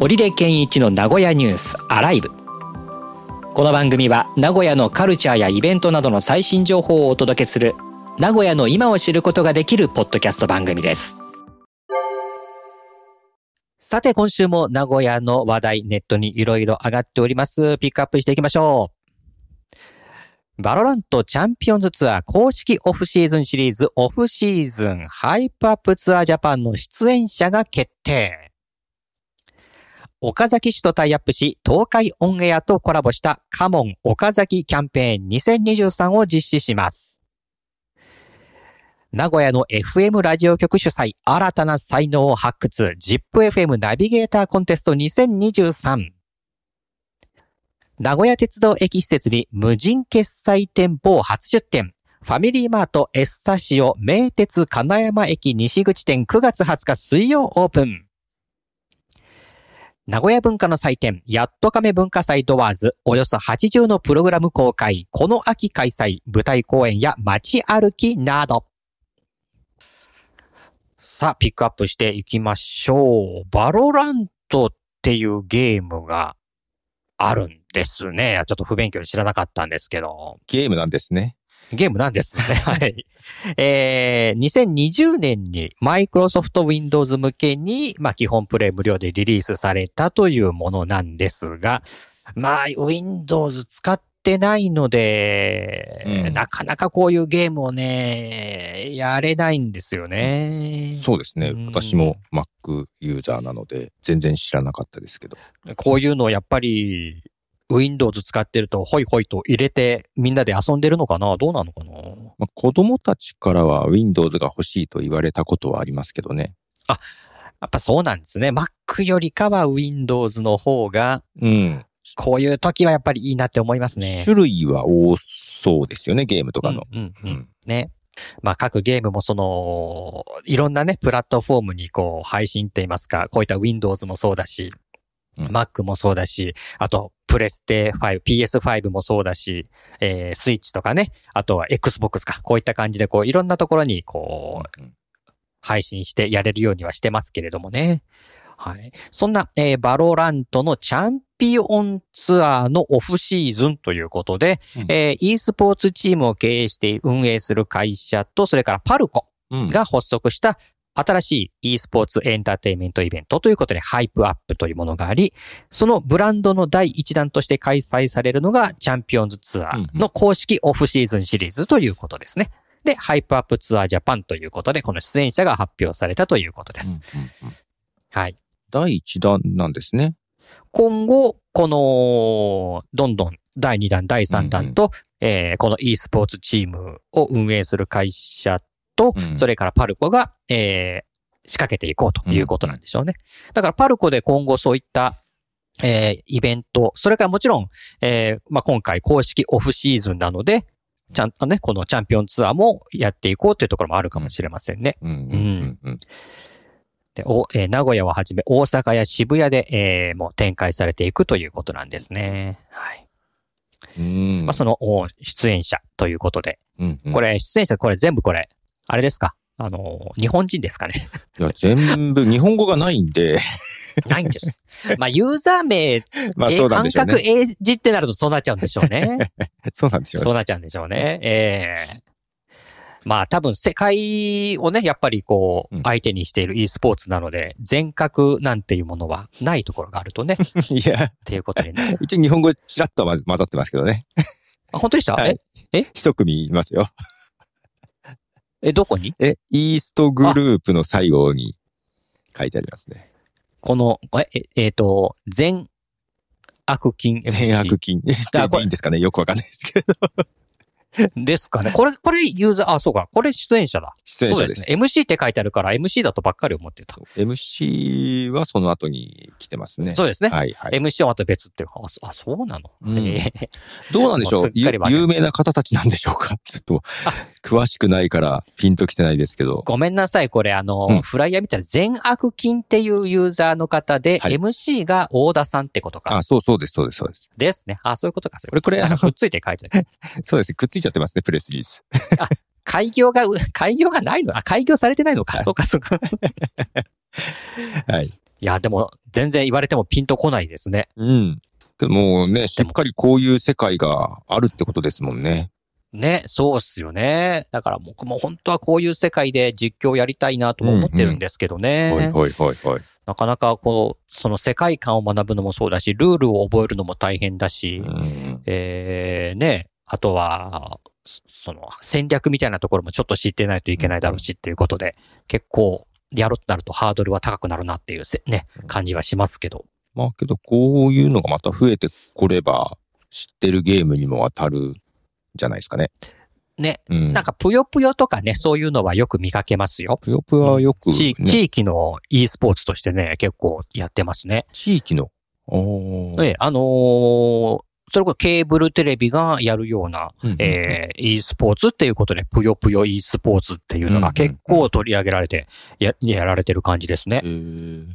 織出健一の名古屋ニュースアライブこの番組は名古屋のカルチャーやイベントなどの最新情報をお届けする名古屋の今を知ることができるポッドキャスト番組ですさて今週も名古屋の話題ネットにいろいろ上がっておりますピックアップしていきましょうバロラントチャンピオンズツアー公式オフシーズンシリーズオフシーズンハイプアップツアージャパンの出演者が決定岡崎市とタイアップし、東海オンエアとコラボしたカモン岡崎キャンペーン2023を実施します。名古屋の FM ラジオ局主催、新たな才能を発掘、ZIPFM ナビゲーターコンテスト2023。名古屋鉄道駅施設に無人決済店舗を初出店。ファミリーマートエスタシオ名鉄金山駅西口店9月20日水曜オープン。名古屋文化の祭典、やっと亀文化祭ドワーズ、およそ80のプログラム公開、この秋開催、舞台公演や街歩きなど。さあ、ピックアップしていきましょう。バロラントっていうゲームがあるんですね。ちょっと不勉強で知らなかったんですけど。ゲームなんですね。ゲームなんですね。はい。 えー、2020年にマイクロソフト Windows 向けに、まあ、基本プレイ無料でリリースされたというものなんですが、まあ、Windows 使ってないので、うんなかなかこういうゲームをね、やれないんですよね。そうですねうん。私も Mac ユーザーなので、全然知らなかったですけど。こういうのをやっぱり、Windows 使ってると、ホイホイと入れて、みんなで遊んでるのかなどうなのかなまあ、子供たちからは Windows が欲しいと言われたことはありますけどね。やっぱそうなんですね。Mac よりかは Windows の方が、うん。こういう時はやっぱりいいなって思いますね。種類は多そうですよね、ゲームとかの。うんうんうう。んんね。まあ各ゲームもその、いろんなね、プラットフォームにこう配信って言いますか、こういった Windows もそうだし、うん Mac もそうだし、あと、プレステ5、PS5 もそうだし、えー、スイッチとかね、あとは Xbox か、こういった感じでこう、いろんなところにこう、うん配信してやれるようにはしてますけれどもね。はい。そんな、えーバロラントのチャンピオンツアーのオフシーズンということで、うんえー e スポーツチームを経営して運営する会社と、それからパルコうんが発足した新しい e スポーツエンターテインメントイベントということで、ハイプアップというものがあり、そのブランドの第一弾として開催されるのが、チャンピオンズツアーの公式オフシーズンシリーズということですね。で、ハイプアップツアージャパンということで、この出演者が発表されたということです。うんうんうんはい。第1弾なんですね。今後、この、どんどん第2弾、第3弾と、えーこの e スポーツチームを運営する会社と、うんそれからパルコが、えー仕掛けていこうということなんでしょうね。だからパルコで今後そういった、えーイベント、それからもちろん、えーまあ、今回公式オフシーズンなので、ちゃんとね、このチャンピオンツアーもやっていこうというところもあるかもしれませんね。うんうんうんうんでおえー名古屋をはじめ大阪や渋谷で、えーもう展開されていくということなんですね。はい。うんまあ、その、お出演者ということで。うんうんこれ、出演者、これ全部これ、あれですかあのー日本人ですかね いや、全部、日本語がないんで、 ないんです。まあ、ユーザー名、まあえそうなんでしょう感覚ね。英字ってなるとそうなっちゃうんでしょう ね。そうなんですよね。そうなっちゃうんでしょうね。ええまあ多分世界をね、やっぱりこううん、相手にしている e スポーツなので、全角なんていうものはないところがある とね、っいや、ていうことになる。一応日本語ちらっとは混ざってますけどね。あ、本当でした、はい一組いますよ。え、え、どこにえ、イーストグループの最後に書いてありますね。この、え、ええーと、全悪金 MC 全悪金。だこれいいんですかねよ くわかんないですけど。 ですかね。これ、これユーザー、あ、そうか。これ出演者だ。出演そ者うでですす。ね。MC って書いてあるから MC だとばっかり思ってた。 MC はその後に来てますね。そうですね。はいはい。 MC はまた別っていうか、あそあ、そうなの、うんえーどうなんでしょもううすっかりわかんないゆ有名な方たちなんでしょうかちょっと、詳しくないからピンときてないですけど。ごめんなさい、これ、あの、うんフライヤー見たら全悪金っていうユーザーの方で、はい MC が大田さんってことか。あ、そうそうです、そうです、そうです。ですね。あ、そういうことか。そこれ、こ れ、あのくっついて書いてない。そうですね。くっついちゃってますね、プレスリリース。 開業が、う開業がないのあ、開業されてないのか。そうか、そうか。はい。いや、でも、全然言われてもピンとこないですね。うん。けどもうね、しっかりこういう世界があるってことですもんね。ね、そうっすよね。だから僕も本当はこういう世界で実況やりたいなとも思ってるんですけどね。はいはいはいはい。なかなかこう、その世界観を学ぶのもそうだし、ルールを覚えるのも大変だし、うんえー、ね、あとは、そその戦略みたいなところもちょっと知ってないといけないだろうしっていうことで、結構やろうとなるとハードルは高くなるなっていうせね、感じはしますけど。まあけど、こういうのがまた増えてこれば、知ってるゲームにも当たるじゃないですかね。ね、うん。なんかぷよぷよとかね、そういうのはよく見かけますよ。ぷよぷよはよく、ね地地域の e スポーツとしてね、結構やってますね。地域の。おーええ、あのーそれこそケーブルテレビがやるような、うんうんえー e スポーツっていうことで、ぷよぷよ e スポーツっていうのうんうんうがん結構取り上げられて、や、やられてる感じですねえ。ー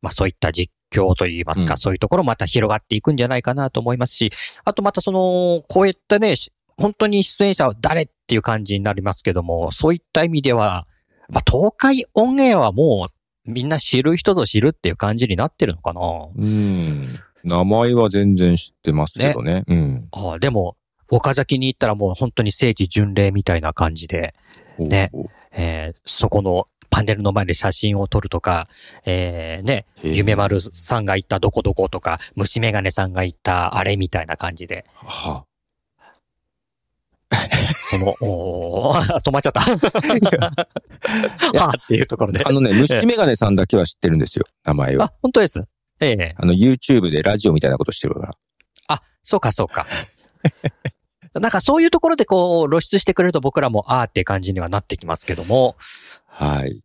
まあそういった実況といいますか、うんそういうところまた広がっていくんじゃないかなと思いますし、あとまたその、こういったね、し本当に出演者は誰っていう感じになりますけども、そういった意味では、まあ東海オンエアはもうみんな知る人ぞ知るっていう感じになってるのかな。うん。名前は全然知ってますけどね。うんああでも、岡崎に行ったらもう本当に聖地巡礼みたいな感じで、。おーね。えーそこのパネルの前で写真を撮るとか、えーね、へー夢。丸さんが行ったどこどことか、虫眼鏡さんが行ったあれみたいな感じで、はその、おー止まっちゃった。は あっていうところで。 あのね、虫眼鏡さんだけは知ってるんですよ、名前は。あ、本当です。ええあの、YouTube でラジオみたいなことしてるから。あ、そうかそうか。 なんかそういうところでこう露出してくれると僕らもあーって感じにはなってきますけども、はい。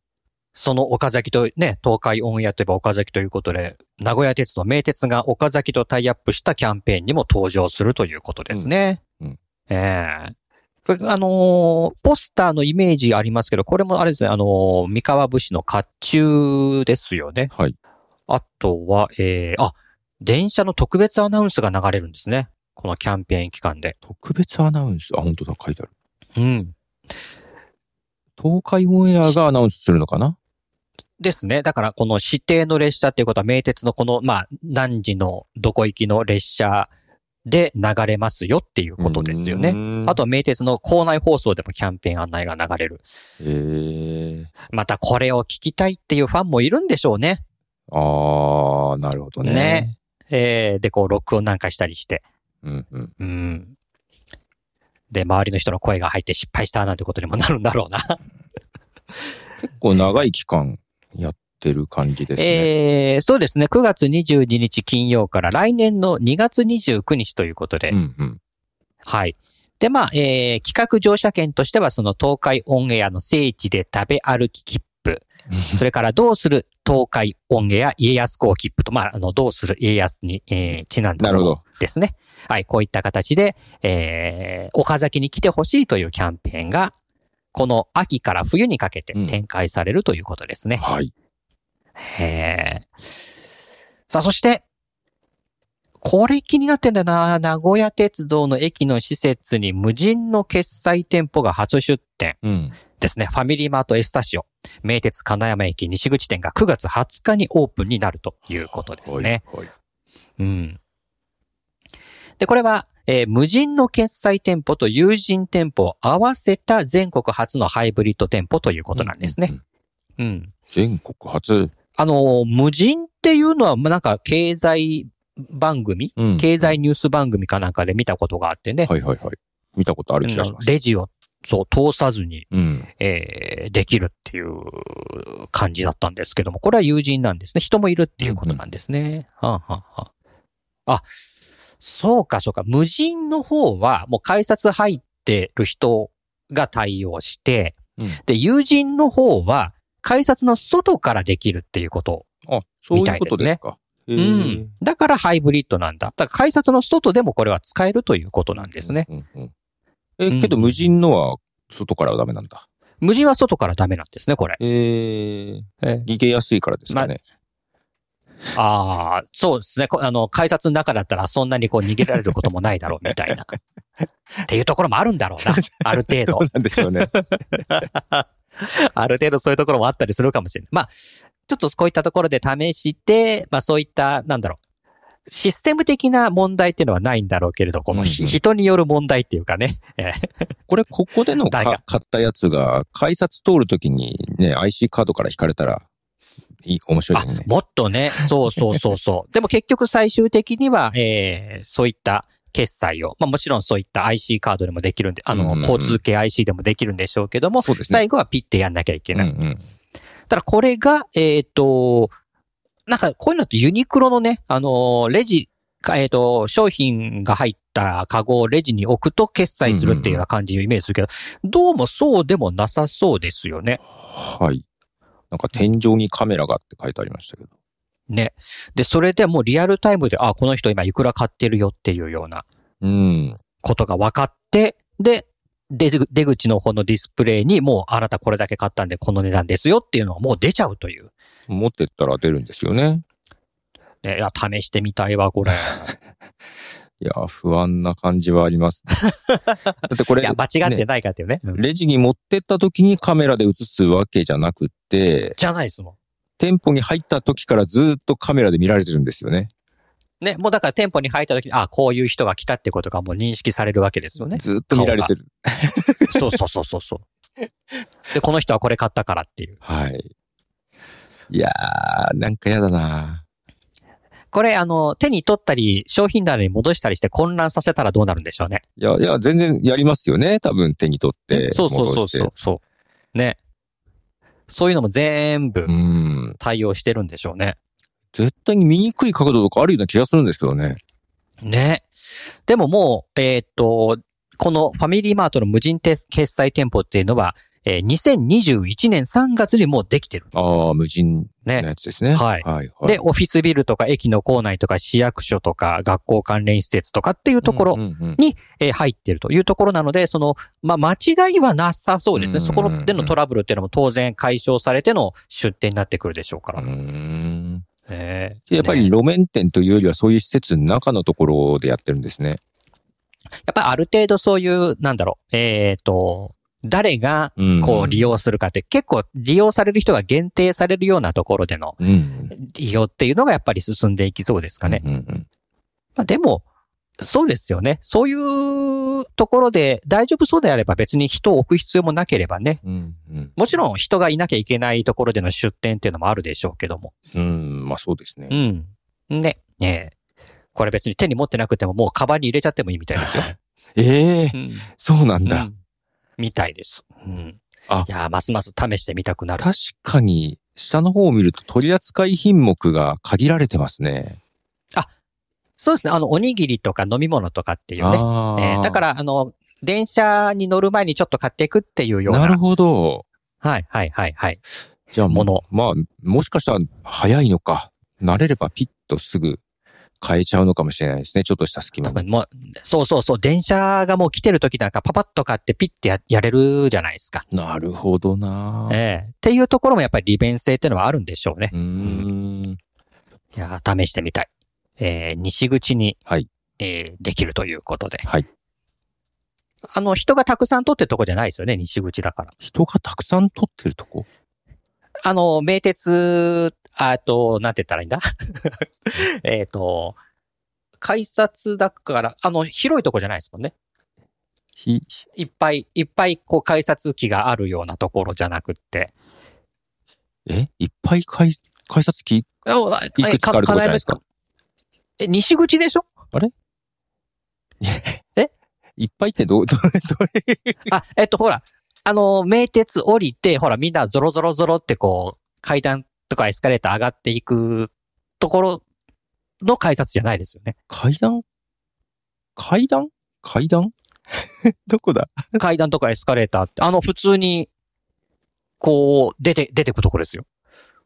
その岡崎とね、東海オンエアといえば岡崎ということで、名古屋鉄道、名鉄が岡崎とタイアップしたキャンペーンにも登場するということですね。うんうんええこれあのーポスターのイメージありますけど、これもあれですね、あのー三河武士の甲冑ですよね。はい。あとは、えー、あ、電車の特別アナウンスが流れるんですね。このキャンペーン期間で。特別アナウンス。あ、本当だ、書いてある。うん。東海オンエアがアナウンスするのかなですね。だから、この指定の列車っていうことは、名鉄のこの、まあ、何時のどこ行きの列車で流れますよっていうことですよね。。あとと、は名鉄の校内放送でもキャンペーン案内が流れる。えー、またこれを聞きたいっていうファンもいるんでしょうね。あー、なるほどね。ねえー、で、こう、録音なんかしたりして。うんうん。うん。で、周りの人の声が入って失敗したなんてことにもなるんだろうな。結構長い期間やってる感じですね。えー、そうですね。9月22日金曜から来年の2月29日ということで、うんうん。はい。で、まあ、えー企画乗車券としては、その東海オンエアの聖地で食べ歩き切符、それからどうする東海オンエア家康公切符と、まあ、あの、どうする家康に、えーちなんだなるほど。ですね。はい、こういった形で、えー岡崎に来てほしいというキャンペーンが、この秋から冬にかけて展開されるということですね。はい。へえ。さあ、そして、これ気になってんだよな。名古屋鉄道の駅の施設に無人の決済店舗が初出店うん。ですね。ファミリーマートエスタシオ、名鉄金山駅西口店が9月20日にオープンになるということですね。はい。はいうん。で、これは、えー無人の決済店舗と有人店舗を合わせた全国初のハイブリッド店舗ということなんですうね。んうんうん。全国初。あの、無人っていうのは、まあなんか経済番組、うん経済ニュース番組かなんかで見たことがあってね。はいはいはい。見たことある気がします。レジをそう通さずに、うん。えーできるっていう感じだったんですけども、これは友人なんですね。人もいるっていうことなんですね。はんはんはんあ、そうかそうか。無人の方は、もう改札入ってる人が対応して、うんで、友人の方は、改札の外からできるっていうことあ、そういみたういこでとすでねすか。うへーん。だからハイブリッドなんだ。だから改札の外でもこれは使えるということなんですね。。うんうんうんうんえ、けど無人のは外からはダメなんだ。無人は外からダメなんですね、これ。えー、え逃げやすいからですかね。ああ、そうですね。こあの、改札の中だったらそんなにこう逃げられることもないだろう、みたいな。っていうところもあるんだろうな。ある程 ど度う。なんでしょうね。ある程度そういうところもあったりするかもしれない。まあ、ちょっとこういったところで試して、まあそういった、なんだろう、システム的な問題っていうのはないんだろうけれど、このひうんうん人による問題っていうかね、これ、ここでのだがか買ったやつが、改札通るときにね、IC カードから引かれたら、いい、面白いですね。もっとね、 そうそうそうそう。でも結局最終的には、えーそういった決済を、まあもちろんそういった IC カードでもできるんで、あうんの、うんうん交通系 IC でもできるんでしょうけども、そうですね。最後はピッてやんなきゃいけうんうない。ん。ただこれが、えっ、と、なんかこういうのってユニクロのね、あのーレジ、かえっ、と、商品が入ったカゴをレジに置くと決済するっていうような感じをイメージするけど、どうもそうでもなさそうですよね。はい。なんか天井にカメラがって書いてありましたけど。ね。で、それでもうリアルタイムで、あ、この人今いくら買ってるよっていうようなうん。ことが分かって、で、出ず出口の方のディスプレイにもうあなたこれだけ買ったんでこの値段ですよっていうのがもう出ちゃうという。持ってったら出るんですよね。ねいや、試してみたいわ、これ。いや、不安な感じはあります、 だってこいれ、や、間違っねてないかっていうね。うんレジに持ってった時にカメラで映すわけじゃなくて、じゃないですも店舗に入った時からずっとカメラで見られてるんですよね。。ん。ね、もうだから店舗に入った時に、あ、こういう人が来たってことがもう認識されるわけですよね ずっと見られてる。そうそうそうそうそう。で、この人はこれ買ったからっていう。はい。いやー、なんかやだなこれ、あの、手に取ったり、商品棚に戻したりして混乱させたらどうなるんでしょうね。いや、いや、全然やりますよね。多分手に取って。そうそうそうそう戻してそう。ね。そういうのも全部うん。対応してるんでしょうね。絶対に見にくい角度とかあるような気がするんですけどね。ね。でももう、えーっと、このファミリーマートの無人決済店舗っていうのは、えー2021年3月にもうできてる。ああ、無人のねやつですね。はいはい、はい。で、オフィスビルとか駅の構内とか市役所とか学校関連施設とかっていうところ、うんうんうんえー入ってるというところなので、その、まあ、間違いはなさそうですね。うんそこでのトラブルっていうのも当然解消されての出店になってくるでしょうから。うーんえーやっぱりね路面店というよりはそういう施設の中のところでやってるんですね。やっぱりある程度そういう、なんだろう、えっ、と、誰がうんこう利用するかって、結構利用される人が限定されるようなところでのうん。利用っていうのがやっぱり進んでいきそうですかね。うんうんまあでも、そうですよね。そういうところで大丈夫そうであれば別に人を置く必要もなければね。うんうんもちろん人がいなきゃいけないところでの出店っていうのもあるでしょうけども。うん、まあそうですねう。ん。ね。ねえこれ別に手に持ってなくてももうカバンに入れちゃってもいいみたいですよ。ええうん。そうなんうだ。んみたいです。うん。あいやー、ますます試してみたくなる。確かに、下の方を見ると取扱品目が限られてますね。そうですね。あの、おにぎりとか飲み物とかっていうね。あ、えーだからら、あの、電車に乗る前にちょっと買っていくっていうような。なるほど。はい、はい、はい、はい。じゃあ、ものまあ、もしかしたら早いのか。慣れればピッとすぐ変えちゃうのかもしれないですね。ちょっとした隙間多分に。もう、そうそうそう、電車がもう来てる時なんかパパッと買ってピッてややれるじゃないですか。なるほどなーええっていうところもやっぱり利便性っていうのはあるんでしょうね。うーん。いやー、試してみたい。えー西口に、はいえーできるということで。はいあの、人がたくさん通ってるとこじゃないですよね、西口だから。人がたくさん撮ってるとこあの、名鉄、あと、なんて言ったらいいんだ えっと、改札だから、あの、広いとこじゃないですもんね。ひ、いっぱい、いっぱい、こう、改札機があるようなところじゃなくって。えいっぱい改改札機あおあいくつかあるとこじゃないですか。え、西口でしょいっぱいってどう、 どう、どれ あ、えっと、ほら、あの、名鉄降りて、ほら、みんなゾロゾロゾロってこう、階段とかエスカレーター上がっていくところの改札じゃないですよね。階段階段階段 どこだ階段とかエスカレーターって、あの、普通に、こう、出て、出てくとこですよ。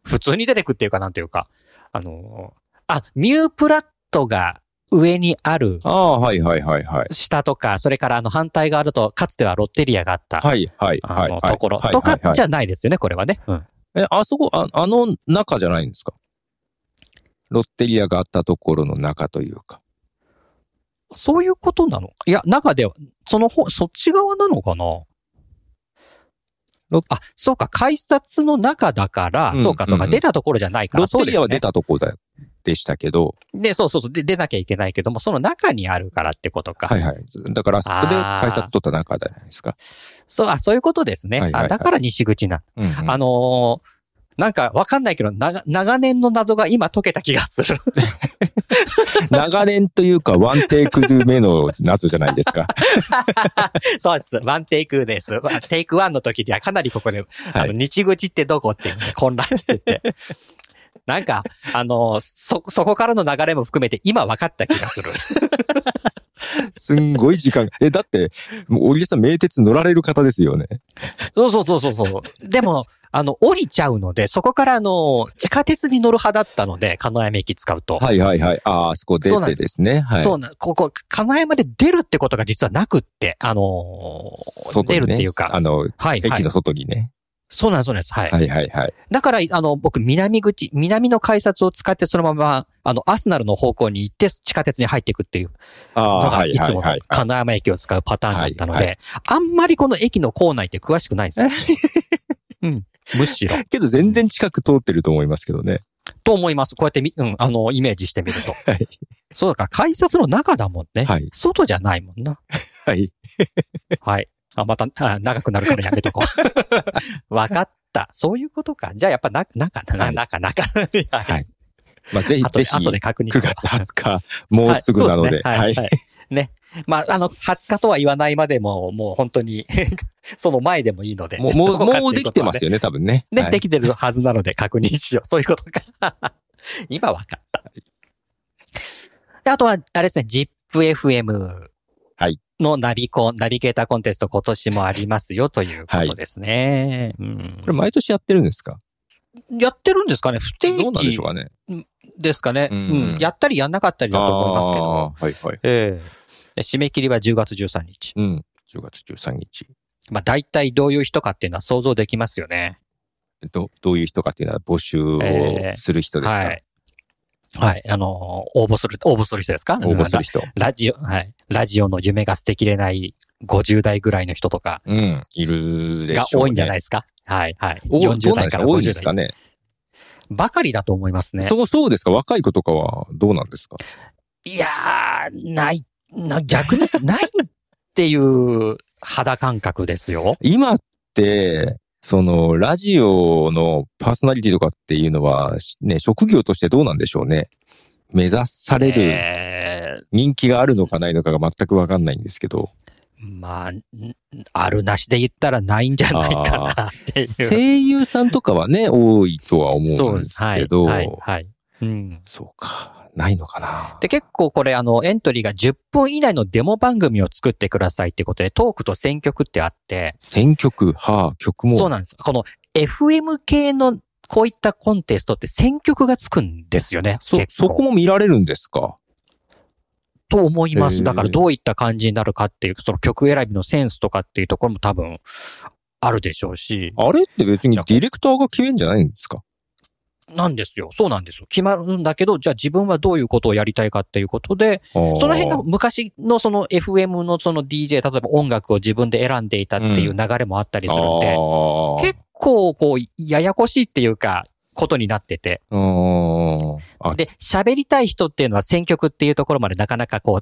普通に出てくっていうか、なんていうか、あの、あ、ミュープラットが上にあるああ、はいはいはいはい。下とか、それからあの反対側だと、かつてはロッテリアがあった、はいはいはあいのはい。ところはいとかはいはいじゃないですよね、これはね。うんえ、あそこ、ああの中じゃないんですかロッテリアがあったところの中というか。そういうことなのいや、中では、その方、そっち側なのかなあ、そうか、改札の中だから、うんそうか、そうか、うん出たところじゃないかロら、そッうでテリアすは出ね。たとこだ、でしたけど、で、そうそうそうで、出なきゃいけないけども、その中にあるからってことか。はいはい。だから、そこで改札取った中じゃないですか。そう、あ、そういうことですね。はいはいはいあだから西口な。うんうんあのーなんかわかんないけど、なが、長年の謎が今解けた気がする。 長年というか、ワンテイク目の謎じゃないで すか。そうです。ワンテイクです。ワンテイクワンの時にはかなりここで、あの、西口ってどこって 混乱してて。なんか、あのーそ、そこからの流れも含めて今分かった気がする。すんごい時間が。え、だって、もう、おりさん、名鉄乗られる方ですよね。そうそうそうそうそう。でも、あの、降りちゃうので、そこからあの、地下鉄に乗る派だったので、金山駅使うと。はいはいはい。ああ、そこ出そうなんてですですね。はい。そうな、ここ、金山で出るってことが実はなくって、あのー外出にるねっていうかあ。の、はい、は駅いの。外にね。そうなんです、そうなんです。はい。はいはいはい。だから、あの、僕、南口、南の改札を使ってそのまま、あの、アスナルの方向に行って、地下鉄に入っていくっていうあのあ、が、はいいはついもはのい。金山駅を使うパターンだったのはいで、あんまりこの駅の構内って詳しくないんですよ。 うん。むしろ。けど、全然近く通ってると思いますけどね。と思います。こうやってみ、うん、あの、イメージしてみると。はいそうだから、改札の中だもんね。はい外じゃないもんな。はい。はい。あ、また、あ長くなるからやめとこ う。わかった。そういうことか。じゃあ、やっぱな、中、は中、中、い中。 はいまあ、ぜひあとぜで、ひ、あと9で確認。月20日、 もうすぐなので。はいはそういすね。はい。はいね。まあ、あの、20日とは言わないまでも、もう本当に、 その前でもいいので。もう、もどこう、かっていもうできてことはまねすよね、多分ね。ね、はいできてるはずなので確認しよう。そういうことか。 今わかった。で、あとは、あれですね、ZIPFM はいのナビコン、ナビゲーターコンテスト今年もありますよということですね。うんこれ、毎年やってるんですかやってるんですかね不定どうなんでし期ょうかね。ですかね。ううんんやったりやんなかったりだと思いますけど。あーはいはい。ええで締め切りは10月13日。うん。10月13日。まあ大体どういう人かっていうのは想像できますよね。どどういう人かっていうのは募集をえーする人ですか、はい。はい。あのー、応募する、応募する人ですか応募する人。ララジオ、はい。ラジオの夢が捨てきれない50代ぐらいの人とかうん、いるでしがょう、ね。多いんじゃないでいすか、はい、はい。ど40うな代んですかから多いんで50すか代ねばかりだと思いますね。そう、そうですか若い子とかはどうなんですかいやー、ない、な逆に ないっていう肌感覚ですよ。今って、その、ラジオのパーソナリティとかっていうのは、しね、職業としてどうなんでしょうね。目指されるえ人気があるのかないのかが全くわかんないんですけど、ーまあ、んあるなしで言ったらないんじゃないかなっていう。声優さんとかはね、多いとは思うんですはけい。ど、はい。はい。うん。そうか、ないのかな。で、結構これあの、エントリーが10分以内のデモ番組を作ってくださいってことで、トークと選曲ってあって、選曲、はあ、曲も。そうなんです。この FM 系のこういったコンテストって選曲がつくんですよね。そ、結そ構こも見られるんですかと思いまへーす。だからどういった感じになるかっていう、その曲選びのセンスとかっていうところも多分あるでしょうし、あれって別にいデやィレクターが決めんじゃないんですかなんですよ。そうなんですよ。決まるんだけど、じゃあ自分はどういうことをやりたいかっていうことで、そのその辺が昔のその FM のその DJ、例えば音楽を自分で選んでいたっていう流れもあったりするんで、結構こう、ややこしいっていうか、ことになってて。あで、喋りたい人っていうのは選曲っていうところまでなかなかこう、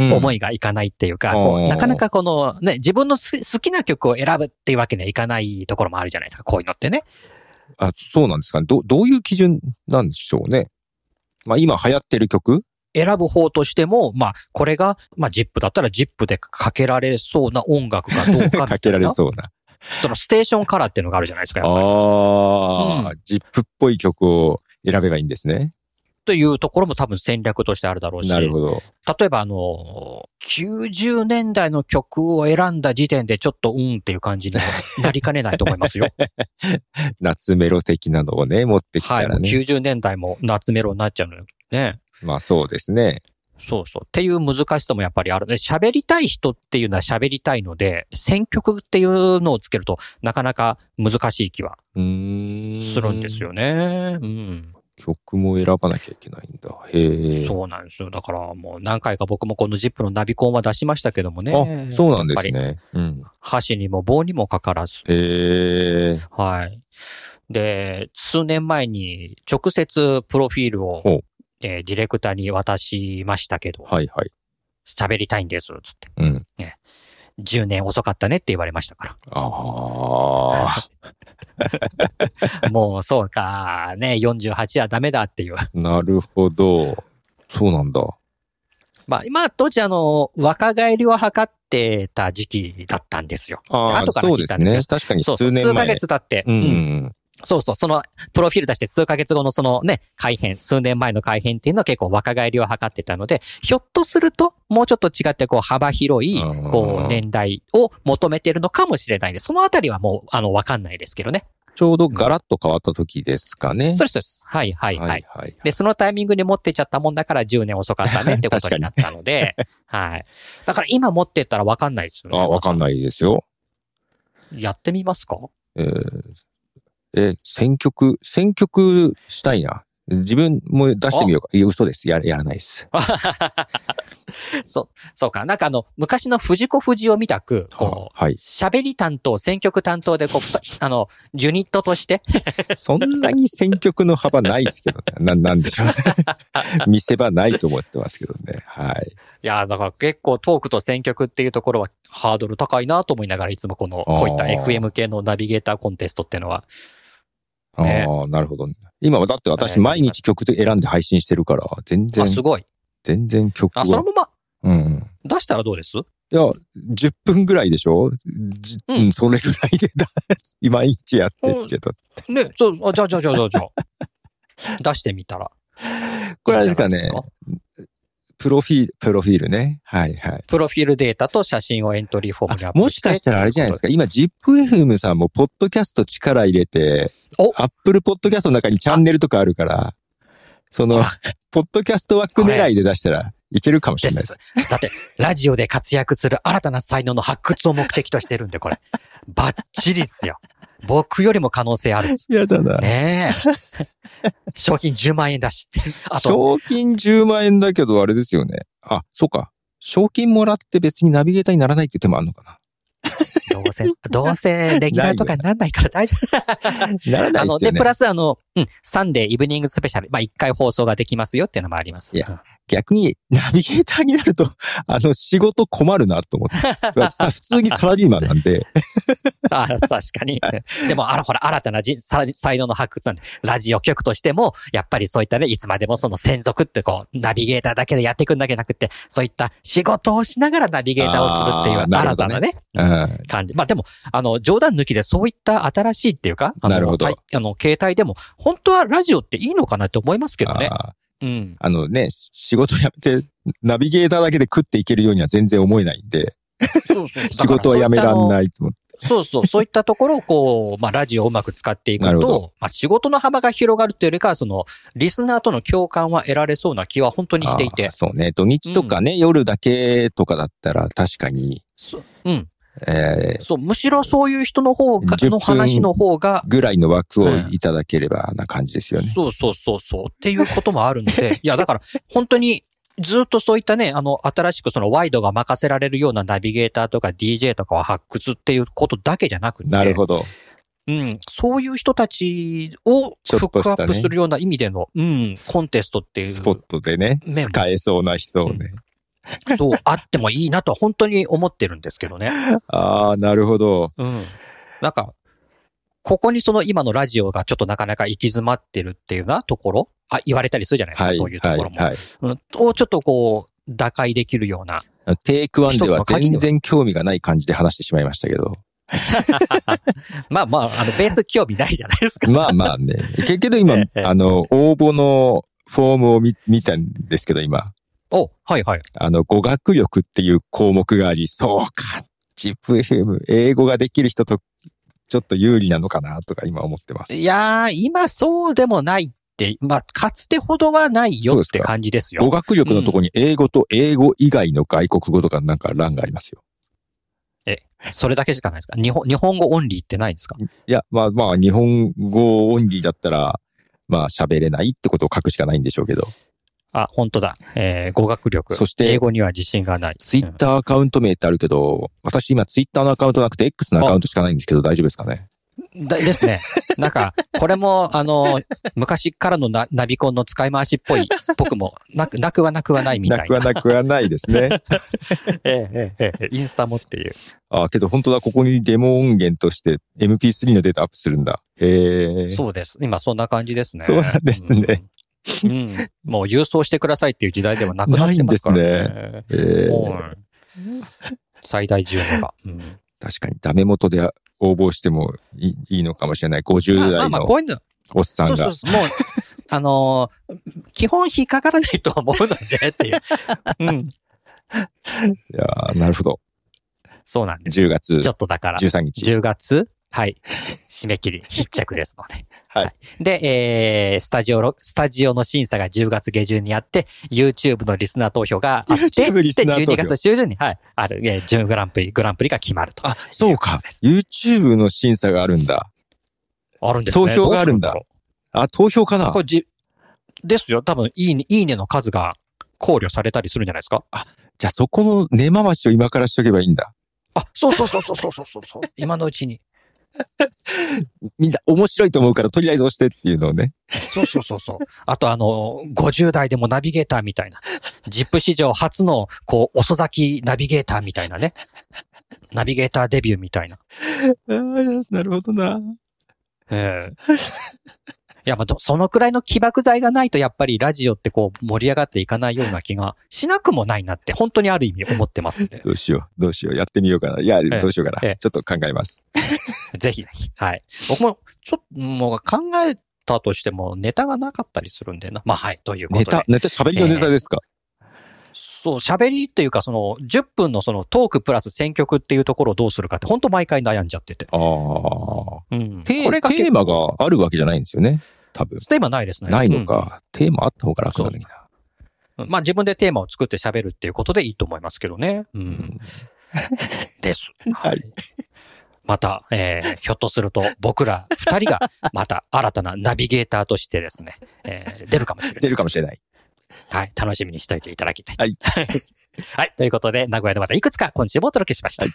思い。いがいかないっていうか、こあうーなかなかこのね、自分のす好きな曲を選ぶっていうわけにはいかないところもあるじゃないですか、こういうのってね。あ、そうなんですかね。ど、どういう基準なんでしょうね。まあ今流行ってる曲選ぶ方としても、まあ、これが、まあ、ジップだったらジップでかけられそうな音楽がどうかみたいな。 かけられそうな。そのステーションカラーっていうのがあるじゃないですか、やっぱり。あうあ、ジップっぽい曲を選べばいいんですね。というところも多分戦略としてあるだろうし。なるほど。例えばあの、90年代の曲を選んだ時点でちょっとうんっていう感 じになりかねないと思いますよ。夏メロ的なのをね、持ってきたはい。もらうね。 90年代も夏メロになっちゃうのよ。ね。まあそうですね。そうそう。っていう難しさもやっぱりあるね。喋りたい人っていうのは喋りたいので、選曲っていうのをつけるとなかなか難しい気はうーん。するんですよね。うん。曲も選ばなきゃいけないんだ。へえ。そうなんですよ。だからもう何回か僕もこの ZIP のナビコンは出しましたけどもね。あ、そうなんですね。うん。箸にも棒にもかからず。へえ。はい。で、数年前に直接プロフィールほをう、えーディレクターに渡しましたけど、はいはい。喋りたいんです、つって。うん。 10年遅かったねって言われましたかああ、ら。 もうそうか、ね、48はダメだっていう。なるほど。そうなんだ。まあ、今、当時あの、若返りを図ってた時期だったんですよ。あ後から知ったんですよそうですね。確かにそう数そう、年前。数ヶ月経って、ううんん。そうそう、その、プロフィール出して数ヶ月後のそのね、改変、数年前の改変っていうのは結構若返りを図ってたので、ひょっとすると、もうちょっと違って、こう、幅広い、うんこう、年代を求めてるのかもしれないんで、そのあたりはもう、あの、わかんないですけどね。ちょうどガラッと変わった時ですかね。そうです、そうです。はい、はい、はい。はい。で、そのタイミングに持ってちゃったもんだから10年遅かったねってことになったの で、はい。だから今持ってったらわかんないですよね。あ、わかんないですよ。やってみますか えーえ、選曲、選曲したいな。自分も出してみようか。いや、嘘です。ややらないです。そう、そうか。なんかあの、昔の藤子不二雄みたく、こう、。はい喋り担当、選曲担当で、こう、ふた あの、ユニットとして、そんなに選曲の幅ないです けどね。な、なんでしょうね。見せ場ないと思ってますけどね。はい。いやー、だから結構トークと選曲っていうところはハードル高いなと思いながら、いつもこの、こういったあー FM 系のナビゲーターコンテストっていうのは、ああ、ねなるほど、ね。今はだって私毎日曲で選んで配信してるから、あ、全然、すごい。全然曲あ、そのは。ままうん。出したらどうです いや、10分ぐらいでしょじうんうん、それぐらいでだ、 毎日やってるけど。ね、そう、あじゃあじゃあじゃあじゃあじゃあ出してみたら。これあれですかねいいんじゃないですプロフィール、プロフィールね。はいはい。プロフィールデータと写真をエントリーフォームにアッあプもしかしたらあれじゃないですか、今 ZIPFM さんもポッドキャスト力入れてお、アップルポッドキャストの中にチャンネルとかあるから、その、ポッドキャスト枠狙いで出したらいけるかもしでれないですす。。だって、ラジオで活躍する新たな才能の発掘を目的としてるんで、こ れ。バッチリっすよ。僕よりも可能性ある。やだな。ねえ。賞金10万円だし。あと、賞金10万円だけど、あれですよね。あ、そうか。賞金もらって別にナビゲーターにならないっていう手もあるのかどうせ、どうせレギュラーとかになんないから大丈夫。な。ならなあいでの、すよで、ねプ。ラスあの、うん、サンデーイブニングスペシャル。まあ、一回放送ができますよっていうのもあります。いや逆にナビゲーターになると、 あの、仕事困るなと思 って。さ普通にサラリーマンなんで。あ確かに。でも、あら、ほら、新たなじさ才能の発掘なんで、ラジオ局としても、やっぱりそういったね、いつまでもその専属ってこう、ナビゲーターだけでやっていくんだけじゃなくて、そういった仕事をしながらナビゲーターをするっていあうーな新たるほどなねね、うん。感じ。まあでも、あの、冗談抜きでそういった新しいっていうか、あの、なるほどはいあの、携帯でも、本当はラジオっていいのかなって思いますけどね。あーうん。あのね、し仕事やめて、ナビゲーターだけで食っていけるようには全然思えないんで、そうそう仕事はやめらんい。ないと思って。そうそう、そういったところをこう、まあ、ラジオをうまく使っていなくるほと、まあ、仕事の幅が広がるというよりかは、その、リスナーとの共感は得られそうな気は本当にしていあてー。そうね、土日とかね、夜だけとかだったら確かに、そううん。えー、そう、むしろそういう人の方が、 10の話の方が、ぐらいの枠をうんいただければな感じですよね。そうそうそうそう、っていうこともあるの で、いや、だから、本当に、ずっとそういったね、あの、新しくそのワイドが任せられるようなナビゲーターとか DJ とかを発掘っていうことだけじゃなくて、なるほど。うん、そういう人たちをちフょっとックアしたねップするような意味での、うん、コンテストっていう。スポットでね、面も使えそうな人をね。そう、あってもいいなと本当に思ってるんですけどね。ああ、なるほど。うん。なんか、ここにその今のラジオがちょっとなかなか行き詰まってるっていうようなところ、あ、言われたりするじゃないですか、はい、そういうとこはい、ろも。はい。うん、をちょっとこう、打開できるような。テイクワンでは一つの鍵で全は然興味がない感じで話してしまいました けど。まあまあ、あの、ベース興味ないじゃないです か。まあまあね。けけど今ええ、あの、応募のフォームを見見たんですけど、今。お、はいはい。あの、語学力っていう項目があり、そうか、ジップ FM、英語ができる人と、ちょっと有利なのかな、とか今思ってます。いやー、今そうでもないって、まあ、かつてほどはないよって感じですよ。語学力のとこに英語と英語以外の外国語とかなんか欄がありますよ。それだけしかないですか日本日本語オンリーってないんですかいや、まあまあ、日本語オンリーだったら、まあ喋れないってことを書くしかないんでしょうけど、あ、本当だ。えー語学力。そして英語には自信がない。ツイッターアカウント名ってあるけど、私今ツイッターのアカウントなくて X のアカウントしかないんですけど大丈夫ですかねうんだです ね。なんか、これも、あの、昔からのナナビコンの使い回しっぽい、僕も、なく、なくはなくはないみたいなな。くはなくはないですえね。えええええインスタもっていう。あ、けど本当だ、ここにデモ音源として MP3 のデータアップするんだ。へえ。そうです。今そんな感じですね。そうなんですねうん。うんもう郵送してくださいっていう時代ではなくなってますからないんね。へえはい最大10のが。うん確かにダメ元で応募してもいいいいのかもしれない。50まあ代まあ、のこういうの、おっさんそが。うそうそう、もう、あのー基本引っかからないと思うのでっていう。うん。いやーなるほど。そうなんです。 10月ちょっとだから、 13日。 10月、はい。締め切り、必着ですので。はいで、えー、スタジオの、スタジオの審査が10月下旬にあって、YouTube のリスナー投票があって、 YouTube リスナー投票で、12月中旬に、はい、ある、えー、準グランプリ、グランプリが決まると。あ、そうか。YouTube の審査があるんだ。あるんですね。投票があるんだどうあ、投票かななのこれじ、ですよ。多分、いいね、いいねの数が考慮されたりするんじゃないですか。じゃあそこの根回しを今からしとけばいいんだ。あ、そうそうそうそうそうそうそうそう。 今のうちに。みんな面白いと思うからとりあえず押してっていうのをね。そうそうそうそう。あとあの、50代でもナビゲーターみたいな。ジップ史上初の、こう、遅咲きナビゲーターみたいなね。ナビゲーターデビューみたいな。あーなるほどな。ええいや、まあ、どそのくらいの起爆剤がないと、やっぱりラジオってこう、盛り上がっていかないような気がしなくもないなって、本当にある意味思ってますん で。どうしよう。どうしよう。やってみようかな。いや、えどうしようかえな。えちょっと考えます。ぜひぜひ。はい。僕も、ちょっと、もう考えたとしても、ネタがなかったりするんでな。まあ、はい。ということネで。タ、ネタ、喋りのネタですか、そう、喋りっていうか、その、10分のそのトークプラス選曲っていうところをどうするかって、本当毎回悩んじゃってて。ああ。うん。テこれがテ結ー構マがあるわけじゃないんですよね。多分。テーマないですね。ないのか。テーマあった方が楽なのにな。うん。まあ自分でテーマを作って喋るっていうことでいいと思いますけどね。う。うんんです。 はい。また、えー、ひょっとすると僕ら二人が、また新たなナビゲーターとしてですね、えー、出るかもしれな出い。るかもしれない。はい。 楽しみにしておいていただきたい。はい。はい。ということで、名古屋でまたいくつか今週もお届けしました。